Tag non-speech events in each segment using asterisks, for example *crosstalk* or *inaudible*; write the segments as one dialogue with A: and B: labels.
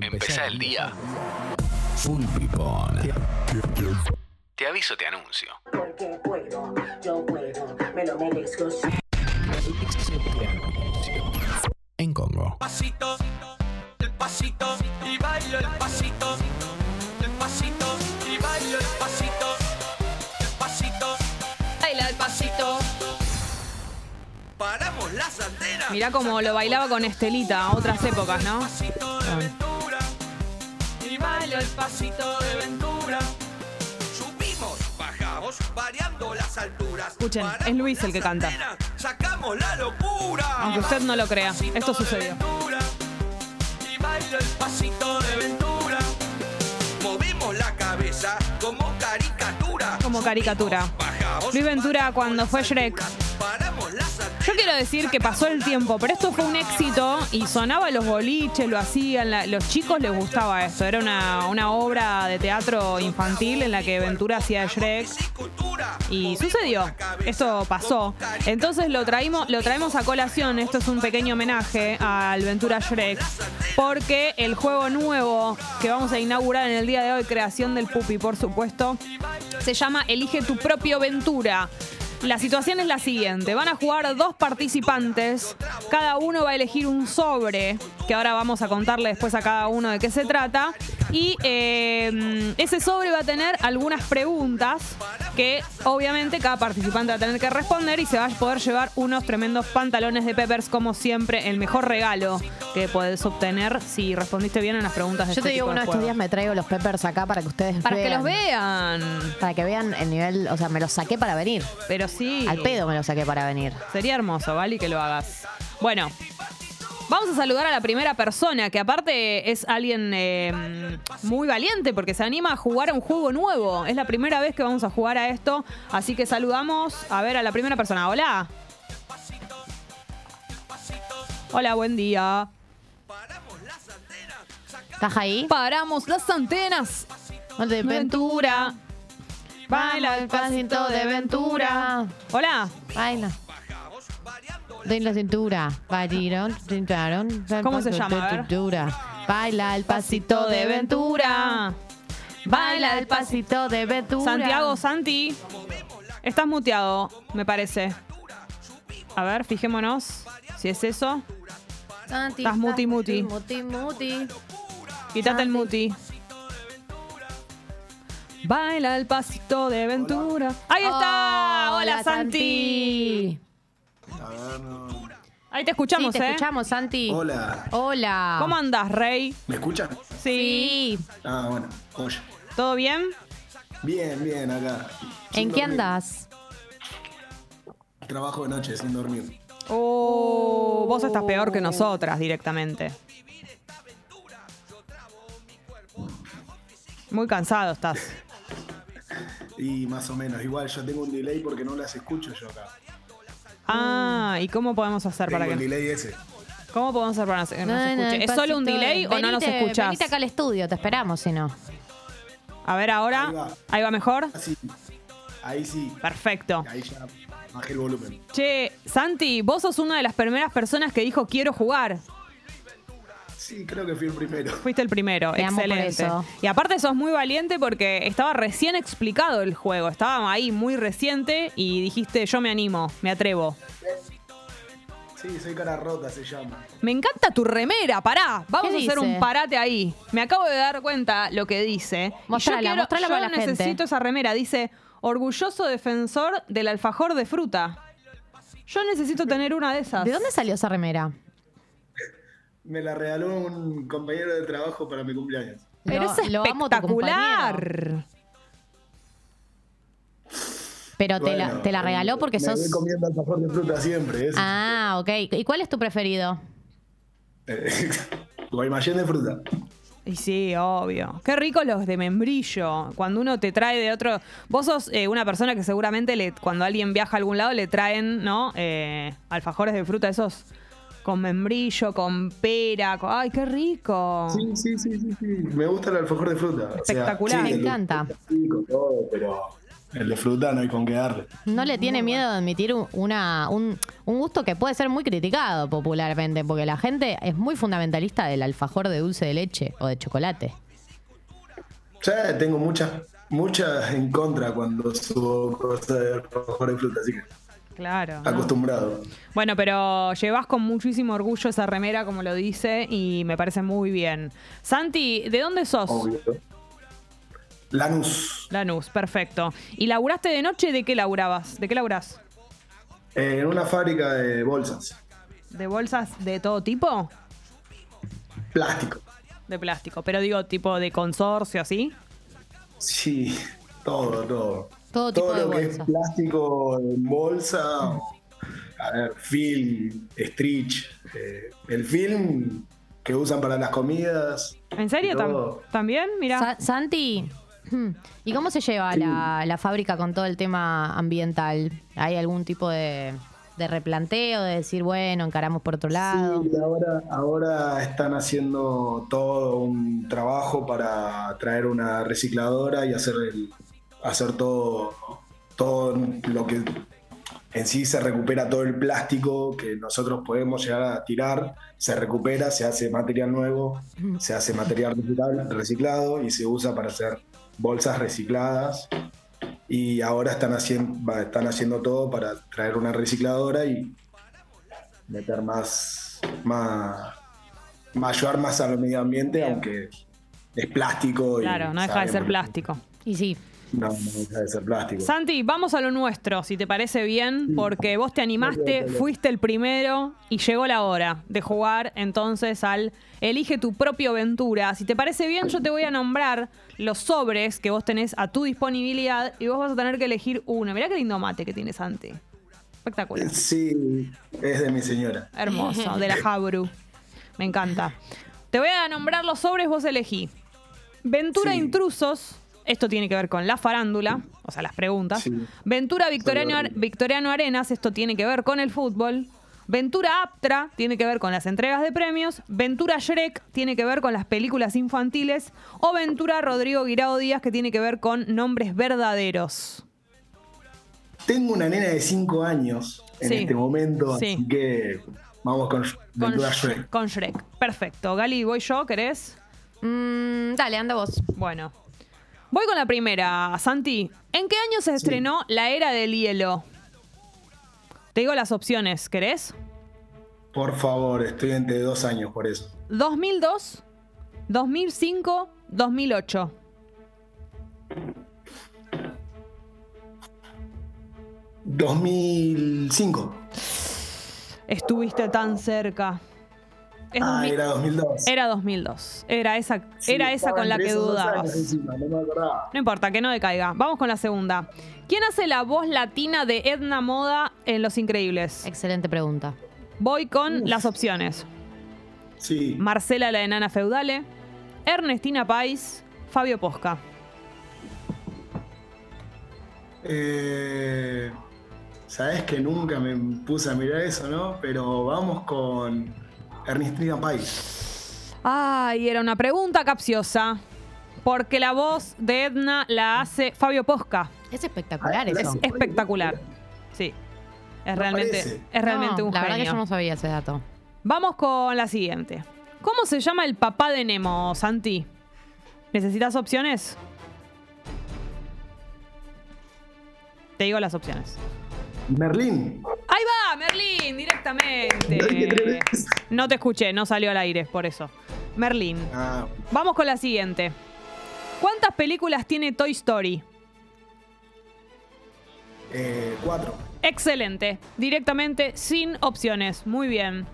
A: Empezá el día.
B: Full pipón.
A: Te aviso, te anuncio.
C: Porque puedo, yo puedo, me lo merezco. sí.
B: En Congo.
D: pasito, el pasito y bailo el pasito, el pasito y bailo el pasito, el pasito,
E: Baila el pasito.
D: paramos las antenas.
E: Mirá cómo lo bailaba con Estelita, otras épocas, ¿no?
D: Pasito
E: Ah.
D: de ventura y bailo el pasito de ventura. Subimos, bajamos, variando las alturas.
E: Escuchen, es
D: Paramos
E: Luis el que
D: las
E: canta.
D: antenas, sacamos la locura.
E: Aunque usted no lo crea,
D: Pasito
E: esto
D: de
E: sucedió.
D: ventura, Y bailo el pasito de ventura. Movimos la cabeza como caricatura.
E: Como caricatura.
D: bajamos,
E: Luis Ventura cuando fue Shrek.
D: Paramos las antenas,
E: Yo quiero decir que pasó el tiempo, pero esto fue un éxito y sonaba en los boliches, lo hacían, la- los chicos les gustaba esto. Era una, una obra de teatro infantil en la que Ventura hacía de Shrek.
D: fisicultura.
E: Y sucedió, esto pasó. Entonces lo traímos, lo traemos a colación, esto es un pequeño homenaje al Ventura Shrek, porque el juego nuevo que vamos a inaugurar en el día de hoy, creación del Pupi, por supuesto, se llama Elige tu propio Ventura. La situación es la siguiente, van a jugar dos participantes, cada uno va a elegir un sobre, que ahora vamos a contarle después a cada uno de qué se trata, y eh, ese sobre va a tener algunas preguntas que obviamente cada participante va a tener que responder y se va a poder llevar unos tremendos pantalones de Peppers, como siempre, el mejor regalo que puedes obtener si respondiste bien en las preguntas de
F: Yo
E: este
F: te
E: tipo
F: digo,
E: de
F: uno de estos
E: juego.
F: días me traigo los peppers acá para que ustedes
E: Para
F: vean.
E: que los vean,
F: Para que vean el nivel, o sea, me los saqué para venir.
E: pero sí.
F: Al pedo me los saqué para venir.
E: Sería hermoso, ¿vale? Y que lo hagas. Bueno, vamos a saludar a la primera persona, que aparte es alguien eh, muy valiente porque se anima a jugar a un juego nuevo. Es la primera vez que vamos a jugar a esto, así que saludamos a ver a la primera persona. Hola. Hola, buen día.
F: ¿Estás ahí?
E: Paramos las antenas.
F: De
E: Ventura. Baila el pasito de Ventura. Hola.
F: Baila. De la cintura. Bailaron, cintaron.
E: ¿Cómo se llama? A ver.
F: Cintura. Baila el pasito de Ventura. Baila el pasito de Ventura.
E: Santiago, Santi, estás muteado, me parece. A ver, fijémonos si es eso.
F: Santi,
E: estás muti, muti.
F: Muti, muti.
E: Quítate el muti. Baila el pasito de Ventura. Ahí está. Hola, Santi. Ahí te
F: Sí,
E: escuchamos,
F: te
E: ¿eh?
F: escuchamos, Santi.
G: Hola,
F: Hola.
E: ¿Cómo andas, Rey?
G: ¿me escuchan?
E: Sí.
F: Sí.
G: Ah, bueno, oye.
E: ¿Todo bien?
G: Bien, bien, acá. Sin
F: ¿En qué
G: dormir.
F: andas?
G: Trabajo de noche, sin dormir.
E: Oh, vos estás peor que nosotras directamente. Muy cansado estás.
G: Y más o menos, igual yo tengo un delay porque no las escucho yo acá.
E: Ah, ¿y cómo podemos hacer
G: Tengo
E: para
G: el
E: que
G: delay ese.
E: cómo podemos hacer para que nos
F: No, no,
E: escuche?
F: el
E: ¿Es solo un
F: pasito de-
E: delay o no nos
F: Venite-
E: escuchas?
F: Venite acá al estudio, te esperamos si no.
E: A ver ahora, ahí
G: Ahí
E: va,
G: va.
E: mejor.
G: Así. Ah, Ahí sí.
E: Perfecto.
G: Ahí ya bajé el volumen.
E: Che, Santi, vos sos una de las primeras personas que dijo quiero jugar.
G: Sí, creo que fui el primero. *laughs*
E: Fuiste el primero,
F: Te amo por
E: excelente.
F: eso.
E: Y aparte sos muy valiente porque estaba recién explicado el juego, estaba ahí muy reciente y dijiste yo me animo, me atrevo.
G: Sí, soy cara rota, se llama.
E: Me encanta tu remera, pará. Vamos a
F: ¿Qué
E: hacer un
F: dice?
E: parate ahí. Me acabo de dar cuenta lo que dice. Y
F: Mostrala,
E: yo quiero,
F: mostrala
E: yo
F: para la gente.
E: necesito esa remera. Dice, orgulloso defensor del alfajor de fruta. Yo necesito tener una de esas.
F: ¿De dónde salió esa remera?
G: Me la regaló un compañero de trabajo para mi cumpleaños.
E: Pero
F: Lo-
E: es
F: lo amo tu compañero.
E: espectacular.
F: Pero te,
G: Bueno,
F: la, te la regaló porque
G: me
F: sos.
G: voy comiendo alfajor de fruta siempre, eso. *laughs*
F: Ah, ok. ¿Y cuál es tu preferido?
G: Guaymallén de fruta.
E: Y sí, obvio. Qué ricos los de membrillo. Cuando uno te trae de otro. Vos sos eh, una persona que seguramente le, cuando alguien viaja a algún lado le traen, ¿no? Eh, alfajores de fruta, esos con membrillo, con pera. con- ¡Ay, qué rico!
G: Sí, sí, sí, sí, sí. Me gusta el alfajor de fruta. O sea,
E: Espectacular.
G: sí,
F: Me
G: el-
F: encanta.
G: sí, con todo, pero El de fruta no hay con qué darle.
F: No le tiene miedo de admitir u- una, un, un gusto que puede ser muy criticado popularmente, porque la gente es muy fundamentalista del alfajor de dulce de leche o de chocolate.
G: Ya tengo muchas, muchas en contra cuando subo cosas de alfajor de fruta, así que
E: Claro. ¿no?
G: acostumbrado.
E: Bueno, pero llevas con muchísimo orgullo esa remera, como lo dice, y me parece muy bien. Santi, ¿de dónde sos?
G: Obvio. Lanús.
E: Lanús, perfecto. ¿Y laburaste de noche? ¿De qué laburabas? ¿De qué laburás?
G: Eh, en una fábrica de bolsas.
E: ¿De bolsas de todo tipo?
G: Plástico.
E: De plástico, pero digo, tipo de consorcio, así.
G: Sí, todo, todo.
F: Todo tipo de
G: lo que
F: bolsa.
G: es plástico en bolsa. o- A ver, film, stretch. eh, el film que usan para las comidas.
E: ¿En serio? Tam-
G: Todo.
E: ¿También? Mira.
F: Sa- Santi, hmm, ¿y cómo se lleva la, la fábrica con todo el tema ambiental? ¿Hay algún tipo de, de replanteo, de decir, bueno, encaramos por otro lado?
G: Sí, ahora, ahora están haciendo todo un trabajo para traer una recicladora y hacer el, hacer todo, todo lo que en sí se recupera todo el plástico que nosotros podemos llegar a tirar, se recupera, se hace material nuevo, se hace material reciclable- reciclado y se usa para hacer bolsas recicladas. Y ahora están haciendo, están haciendo todo para traer una recicladora y meter más, más, más ayudar más al medio ambiente,
E: Bien.
G: aunque es plástico. y
E: Claro, no deja de ser
G: sabemos-
E: plástico.
F: Y sí,
G: no, no deja de ser plástico.
E: Santi, vamos a lo nuestro, si te parece bien, porque vos te animaste, fuiste el primero y llegó la hora de jugar entonces al Elige tu propia aventura. Si te parece bien, yo te voy a nombrar los sobres que vos tenés a tu disponibilidad y vos vas a tener que elegir uno. Mirá qué lindo mate que tiene Santi. Espectacular.
G: Sí, es de mi señora.
E: Hermoso, de la Habru. Me encanta. Te voy a nombrar los sobres, vos elegí. Ventura
G: Sí.
E: Intrusos, esto tiene que ver con la farándula, o sea, las preguntas.
G: Sí.
E: Ventura Victoriano, Ar- Victoriano Arenas, esto tiene que ver con el fútbol. Ventura Aptra tiene que ver con las entregas de premios. Ventura Shrek tiene que ver con las películas infantiles. O Ventura Rodrigo Guirao Díaz, que tiene que ver con nombres verdaderos.
G: Tengo una nena de 5 años en
E: Sí.
G: este momento,
E: Sí.
G: así que vamos con
E: Con,
G: Ventura Shrek.
E: con Shrek. Perfecto. Gali, voy yo, ¿querés?
F: Mm, dale, anda vos.
E: Bueno. Voy con la primera, Santi. ¿En qué año se estrenó La Era del Hielo? Te digo las opciones, ¿querés?
G: Por favor, estoy entre dos años por eso.
E: 2002, 2005, 2008.
G: ¿2005?
E: Estuviste tan cerca. Es
G: Ah,
E: 2000
G: era 2002.
E: era 2002. Era esa,
G: Sí,
E: era esa
G: estaba
E: con la
G: entre
E: que
G: esos dos
E: dudabas.
G: años encima, no me acordaba.
E: No importa, que no decaiga. Vamos con la segunda. ¿Quién hace la voz latina de Edna Moda en Los Increíbles?
F: Excelente pregunta.
E: Voy con las opciones.
G: Sí,
E: Marcela la enana feudale, Ernestina Pais, Fabio Posca.
G: eh, sabes que nunca me puse a mirar eso, ¿no? Pero vamos con Ernestina Pais.
E: Ay, era una pregunta capciosa. Porque la voz de Edna la hace Fabio Posca.
F: Es espectacular
G: Ah,
F: eso.
G: gracias.
E: Espectacular. Sí. Es realmente,
G: parece.
E: es realmente
F: No,
E: un
F: la verdad que
E: genio.
F: yo no sabía ese dato.
E: Vamos con la siguiente. ¿Cómo se llama el papá de Nemo, Santi? ¿Necesitas opciones? Te digo las opciones.
G: Merlín.
E: Ahí va, Merlín,
G: Ay, qué
E: directamente.
G: tremendo.
E: No te escuché, no salió al aire, por eso. Merlín.
G: Ah,
E: Vamos con la siguiente. ¿Cuántas películas tiene Toy Story?
G: eh, cuatro.
E: Excelente. Directamente sin opciones. Muy bien.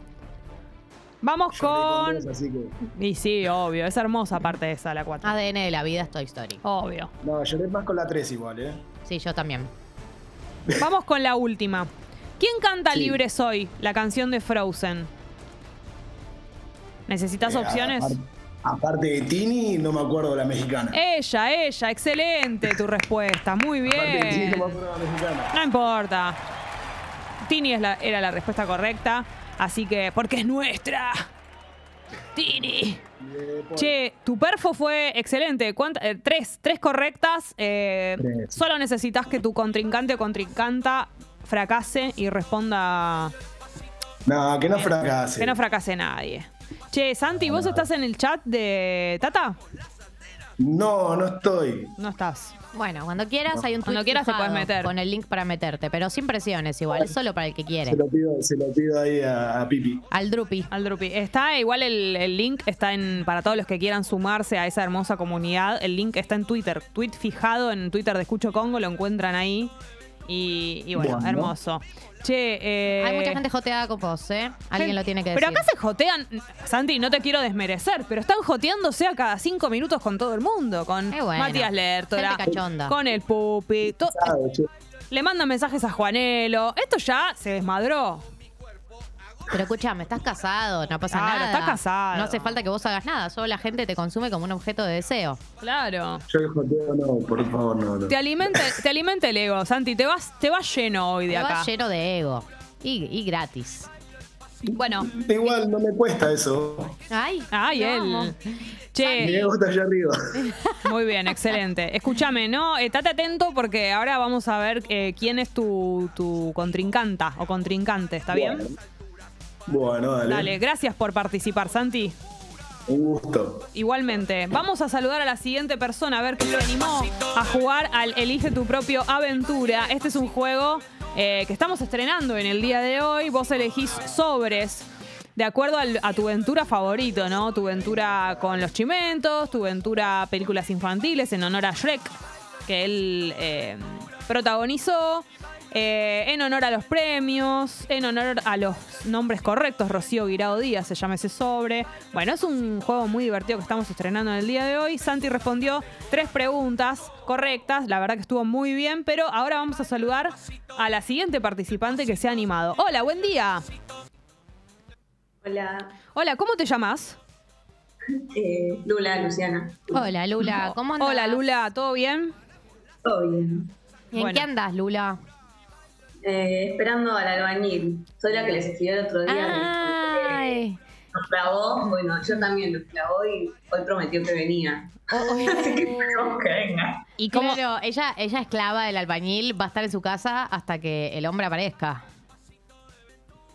E: Vamos
G: Yo
E: con.
G: leí dos, así que-
E: Y sí, obvio. Es hermosa parte de esa, la 4.
F: ADN de la vida es Toy Story.
E: Obvio.
G: No, lloré más con la 3 igual, ¿eh?
F: Sí, yo también.
E: Vamos con la última. ¿Quién canta
G: Sí.
E: Libre Soy, la canción de Frozen? ¿Necesitas
G: Eh,
E: opciones?
G: apar- Aparte de Tini, no me acuerdo de la mexicana.
E: Ella, ella, excelente tu respuesta, muy
G: Aparte de Tini,
E: bien.
G: no me acuerdo de la mexicana.
E: No importa. Tini es la- era la respuesta correcta, así que, porque es nuestra. Martini. Che, tu perfo fue excelente. ¿Cuánta- eh, tres, tres correctas. eh,
G: Tres.
E: Solo necesitas que tu contrincante o contrincanta fracase y responda
G: No, Eh, que no fracase.
E: que no fracase nadie. Che, Santi, ¿vos estás en el chat de Tata?
G: no, no estoy.
E: No estás.
F: Bueno, cuando quieras hay un
E: Cuando
F: tweet
E: quieras te
F: fijado
E: puedes meter.
F: con el link para meterte, pero sin presiones igual, es solo para el que quiere.
G: Se lo pido, se lo pido ahí a, a Pipi.
F: Al Drupi.
E: Al Drupi. Está igual el, el link, está en para todos los que quieran sumarse a esa hermosa comunidad. El link está en Twitter. Tweet fijado en Twitter de Escucho Congo, lo encuentran ahí. Y, y bueno,
G: Bueno.
E: hermoso. Che, eh,
F: Hay mucha gente joteada con vos, ¿eh? Alguien lo tiene que decir.
E: Pero acá se jotean, Santi, no te quiero desmerecer, pero están joteándose a cada cinco minutos con todo el mundo, con
F: Eh, bueno.
E: Matías Lertora,
F: Gente cachonda.
E: con el Pupi, to-
G: Sabe, che.
E: le mandan mensajes a Juanelo. Esto ya se desmadró.
F: Pero escúchame, estás casado, no pasa
E: Claro,
F: nada.
E: estás casado.
F: No hace falta que vos hagas nada, solo la gente te consume como un objeto de deseo.
E: Claro.
G: Yo el joteo no, por favor, no, no.
E: Te alimenta, te alimenta el ego, Santi. Te vas, te vas lleno hoy de
F: Te
E: acá.
F: vas lleno de ego. Y, y gratis.
E: Bueno.
G: Igual no me cuesta eso.
F: Ay,
E: Ay,
F: te amo.
E: él.
G: Me
E: Che,
G: gusta allá arriba.
E: muy bien, excelente. Escúchame, ¿no? eh, Estate atento porque ahora vamos a ver eh, quién es tu, tu contrincanta o contrincante, ¿está bien?
G: Bueno, dale.
E: Dale, gracias por participar, Santi.
G: Un gusto.
E: Igualmente, vamos a saludar a la siguiente persona a ver quién se animó a jugar al Elige tu propio aventura. Este es un juego eh, que estamos estrenando en el día de hoy. Vos elegís sobres de acuerdo al- a tu ventura favorito, ¿no? Tu ventura con los chimentos, tu ventura películas infantiles en honor a Shrek, que él eh, protagonizó. eh, en honor a los premios, en honor a los nombres correctos, Rocío Guirao Díaz se llama ese sobre. Bueno, es un juego muy divertido que estamos estrenando en el día de hoy. Santi respondió tres preguntas correctas, la verdad que estuvo muy bien, pero ahora vamos a saludar a la siguiente participante que se ha animado. Hola, buen día.
H: Hola,
E: Hola, ¿cómo te llamas?
H: eh, Lula, Luciana.
F: Hola, Lula, ¿cómo andas?
E: Hola, Lula, ¿todo bien?
H: Todo bien.
F: ¿Y en
E: Bueno.
F: qué andas, Lula?
H: Eh, esperando al albañil. Soy la que les escribió el otro
F: Ah.
H: día. Eh,
F: Ay.
H: Nos clavó. Bueno, yo también lo clavó y hoy prometió que venía. *laughs* Así que esperamos que venga.
E: ¿Y cómo,
F: Claro, ella, ella esclava del albañil, va a estar en su casa hasta que el hombre aparezca.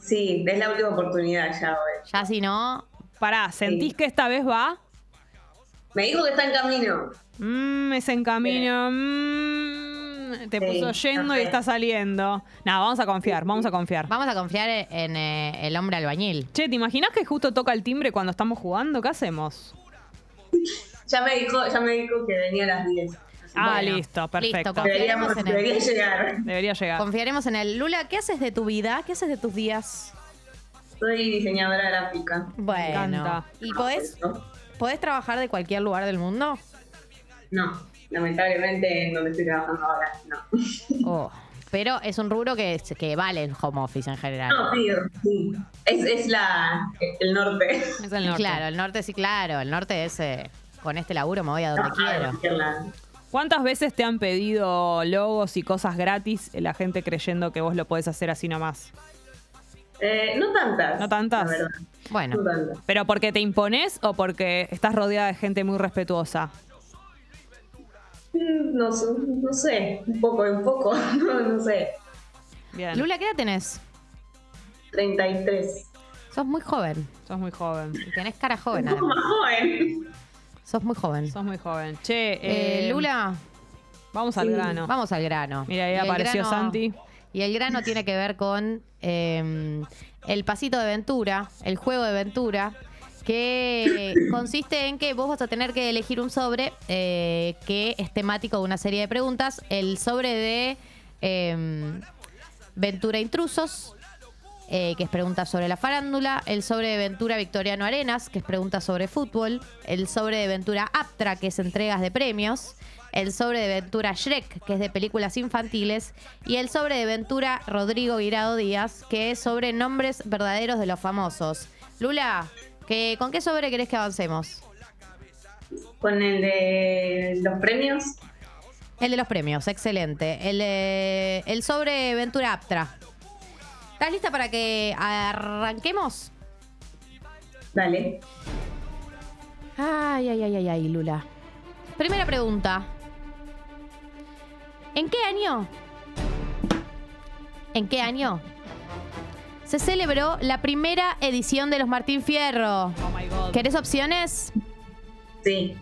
H: Sí, es la última oportunidad ya hoy.
F: Ya si no,
E: pará, sentís
H: Sí.
E: que esta vez va?
H: Me dijo que está en camino.
E: Mmm, es en camino. mm, te
H: Sí,
E: puso yendo
H: no
E: y
H: sé.
E: está saliendo. Nada, vamos a confiar, vamos a confiar.
F: vamos a confiar en eh, el hombre albañil.
E: Che, ¿te imaginas que justo toca el timbre cuando estamos jugando? ¿Qué hacemos?
H: Ya me dijo, ya me dijo que venía a las 10.
E: Ah,
F: Bueno,
E: listo, perfecto.
F: listo,
H: Deberíamos,
F: Confiaremos en él.
H: debería llegar.
E: Debería llegar.
F: Confiaremos en él. Lula, ¿qué haces de tu vida? ¿Qué haces de tus días?
H: Soy diseñadora gráfica.
F: Bueno.
E: encanta.
F: ¿Y podés,
H: ¿No?
F: podés trabajar de cualquier lugar
E: *laughs*
F: del mundo?
H: No, lamentablemente en donde estoy trabajando ahora, no.
F: Oh, Pero es un rubro que, es- que vale el home office en general.
H: No, sí, sí. Es, es la, el norte.
E: Es el norte.
F: Claro, el norte sí, claro. El norte es, eh, con este laburo me voy a
H: *laughs* Ah,
F: donde
E: Ah,
F: quiero.
H: Irlanda.
E: ¿Cuántas veces te han pedido logos y cosas gratis eh, la gente creyendo que vos lo podés hacer así nomás?
H: Eh, no tantas.
E: No tantas.
H: la verdad.
F: Bueno,
H: No tantas.
E: ¿Pero porque te impones o porque estás rodeada de gente muy respetuosa?
H: Mm, No, sé, no sé, un poco, un poco, *laughs* no, no sé.
E: Bien.
F: Lula, ¿qué edad tenés?
H: 33.
F: Sos muy joven.
E: Sos muy joven.
F: Y tenés cara joven,
H: Un poco
F: además.
H: más joven.
F: Sos muy joven.
E: Sos muy joven. Che,
F: Eh,
E: eh,
F: Lula,
E: Vamos al grano.
F: vamos al grano.
E: Mira, ahí
F: Y el
E: apareció
F: grano-
E: Santi.
F: Y el grano tiene que ver con eh, el pasito de Ventura, el juego de Ventura, que consiste en que vos vas a tener que elegir un sobre eh, que es temático de una serie de preguntas. El sobre de eh, Ventura Intrusos, eh, que es preguntas sobre la farándula, el sobre de Ventura Victoriano Arenas, que es preguntas sobre fútbol, el sobre de Ventura Aptra, que es entregas de premios, el sobre de Ventura Shrek, que es de películas infantiles, y el sobre de Ventura Rodrigo Guirado Díaz, que es sobre nombres verdaderos de los famosos. Lula, ¿qué- ¿con qué sobre querés que avancemos?
H: Con el de los premios.
F: El de los premios, excelente. El, eh, el sobre Ventura Aptra. ¿Estás lista para que arranquemos?
H: Dale.
F: Ay, ay, ay, ay, ay, Lula. Primera pregunta. ¿En qué año? ¿En qué año? Se celebró la primera edición de los Martín Fierro.
E: Oh my god.
F: ¿Querés opciones?
H: Sí.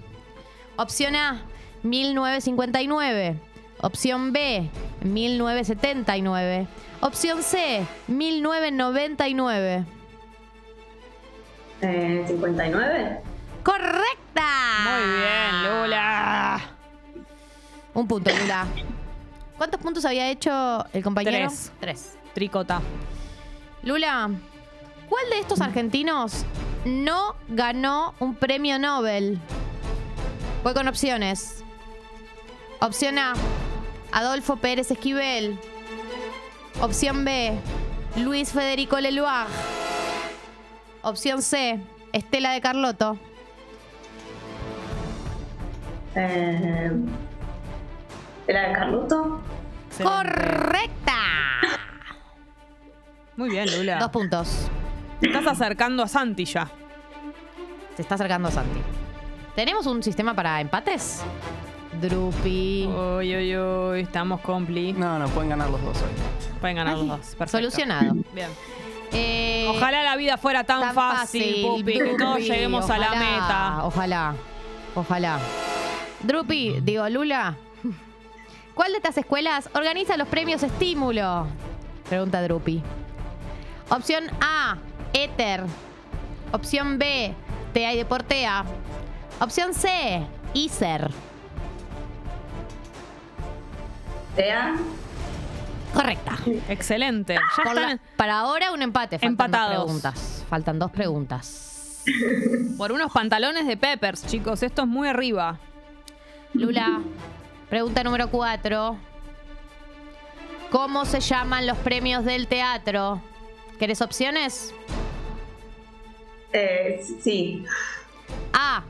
F: Opción A, 1959. Opción B, 1979. Opción C, 1999.
H: Eh, 59.
F: ¡Correcta!
E: Muy bien, Lula.
F: Un punto, Lula. ¿Cuántos puntos había hecho el compañero?
E: Tres.
F: Tres.
E: Tricota.
F: Lula, ¿cuál de estos argentinos no ganó un premio Nobel? Voy con opciones. Opción A, Adolfo Pérez Esquivel. Opción B, Luis Federico Leluag. Opción C, Estela de Carlotto.
H: Eh, ¿Era de Carluto?
F: ¡Correcta!
E: Muy bien, Lula.
F: Dos puntos.
E: Te estás acercando a Santi ya.
F: Se está acercando Santi. ¿Tenemos un sistema para empates? Drupi.
E: Uy, uy, uy. Estamos compli.
I: No, no, pueden ganar los dos hoy.
E: Pueden ganar los
F: Ay,
E: dos. Perfecto.
F: Solucionado.
E: Bien.
F: Eh,
E: Ojalá la vida fuera tan,
F: tan
E: fácil, Pupi, que
F: Drupi,
E: todos lleguemos a la
F: ojalá,
E: meta.
F: Ojalá. Ojalá. Drupi, digo, Lula. ¿Cuál de estas escuelas organiza los premios estímulo? Pregunta Drupi. Opción A, Éter. Opción B, TEA y Deportea. Opción C, ISER.
H: ¿Tea?
F: Correcta.
E: Excelente. Ya
F: Por
E: están
F: la- para ahora un empate. Faltan
E: Empatados.
F: Dos preguntas. Faltan dos preguntas.
E: por unos pantalones de Peppers, chicos. Esto es muy arriba.
F: Lula, pregunta número cuatro. ¿Cómo se llaman los premios del teatro? ¿Querés opciones?
H: Eh, sí.
F: A.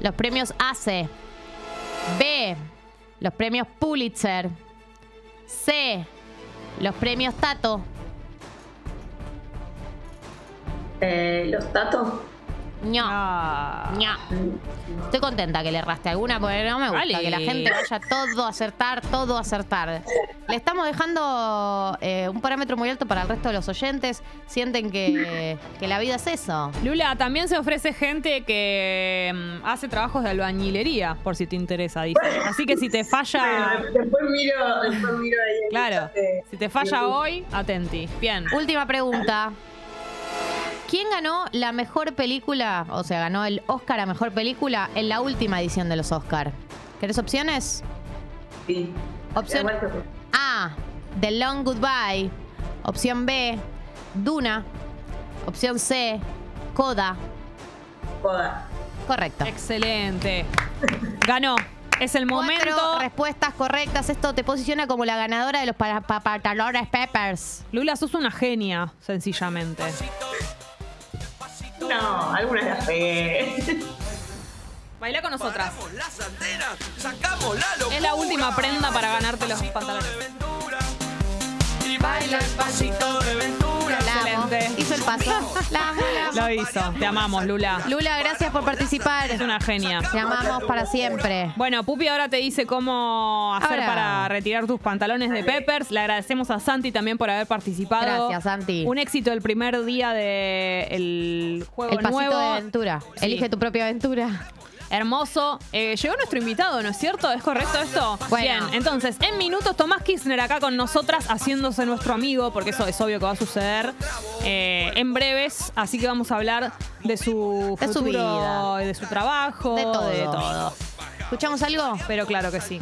F: Los premios ACE. B. Los premios Pulitzer. C. Los premios Tato.
H: Eh, ¿Los tatos?
F: No.
E: Ah.
F: Ña. Estoy contenta que le erraste alguna porque no me gusta
E: Vale.
F: que la gente vaya todo a acertar, todo a acertar. Le estamos dejando eh, un parámetro muy alto para el resto de los oyentes. Sienten que, que la vida es eso.
E: Lula, también se ofrece gente que mm, hace trabajos de albañilería, por si te interesa, dice. Así que si te falla.
H: Bueno, después miro, después miro ahí. el
E: Claro.
H: chat de-
E: Si te falla hoy, atenti. Bien.
F: Última pregunta. ¿Quién ganó la mejor película, o sea, ganó el Oscar a mejor película en la última edición de los Oscar? ¿Querés opciones?
H: Sí.
F: Opción
H: Igual que-
F: A. The Long Goodbye. Opción B. Duna. Opción C. Coda.
H: Joda.
F: Correcto.
E: Excelente. Ganó. Es el momento.
F: Cuatro respuestas correctas. Esto te posiciona como la ganadora de los para- pa- Pantalones Peppers.
E: Lula, sos una genia, sencillamente.
H: No, algunas las pegué.
E: Baila con nosotras.
D: Paramos las antenas, sacamos la locura.
E: Es la última prenda para ganarte los
D: Pasito
E: pantalones.
D: de Ventura. Y baila el pasito de Ventura.
F: La amo.
E: Excelente.
F: Hizo el paso. La amo, la amo.
E: Lo hizo. Te amamos, Lula.
F: Lula, gracias por participar.
E: Es una genia.
F: Te amamos para siempre.
E: Bueno, Pupi ahora te dice cómo hacer
F: Ahora.
E: para retirar tus pantalones de Peppers. Le agradecemos a Santi también por haber participado.
F: Gracias, Santi.
E: Un éxito el primer día del juego
F: El pasito
E: nuevo.
F: de aventura.
E: Sí.
F: Elige tu propia aventura.
E: Hermoso. Eh, llegó nuestro invitado, ¿no es cierto? ¿Es correcto esto?
F: Bueno.
E: Bien, entonces, en minutos Tomás Kirchner acá con nosotras haciéndose nuestro amigo, porque eso es obvio que va a suceder eh, en breves. Así que vamos a hablar de su
F: De su
E: futuro,
F: vida.
E: de su trabajo,
F: De todo.
E: de todo.
F: ¿Escuchamos algo?
E: Pero claro que sí.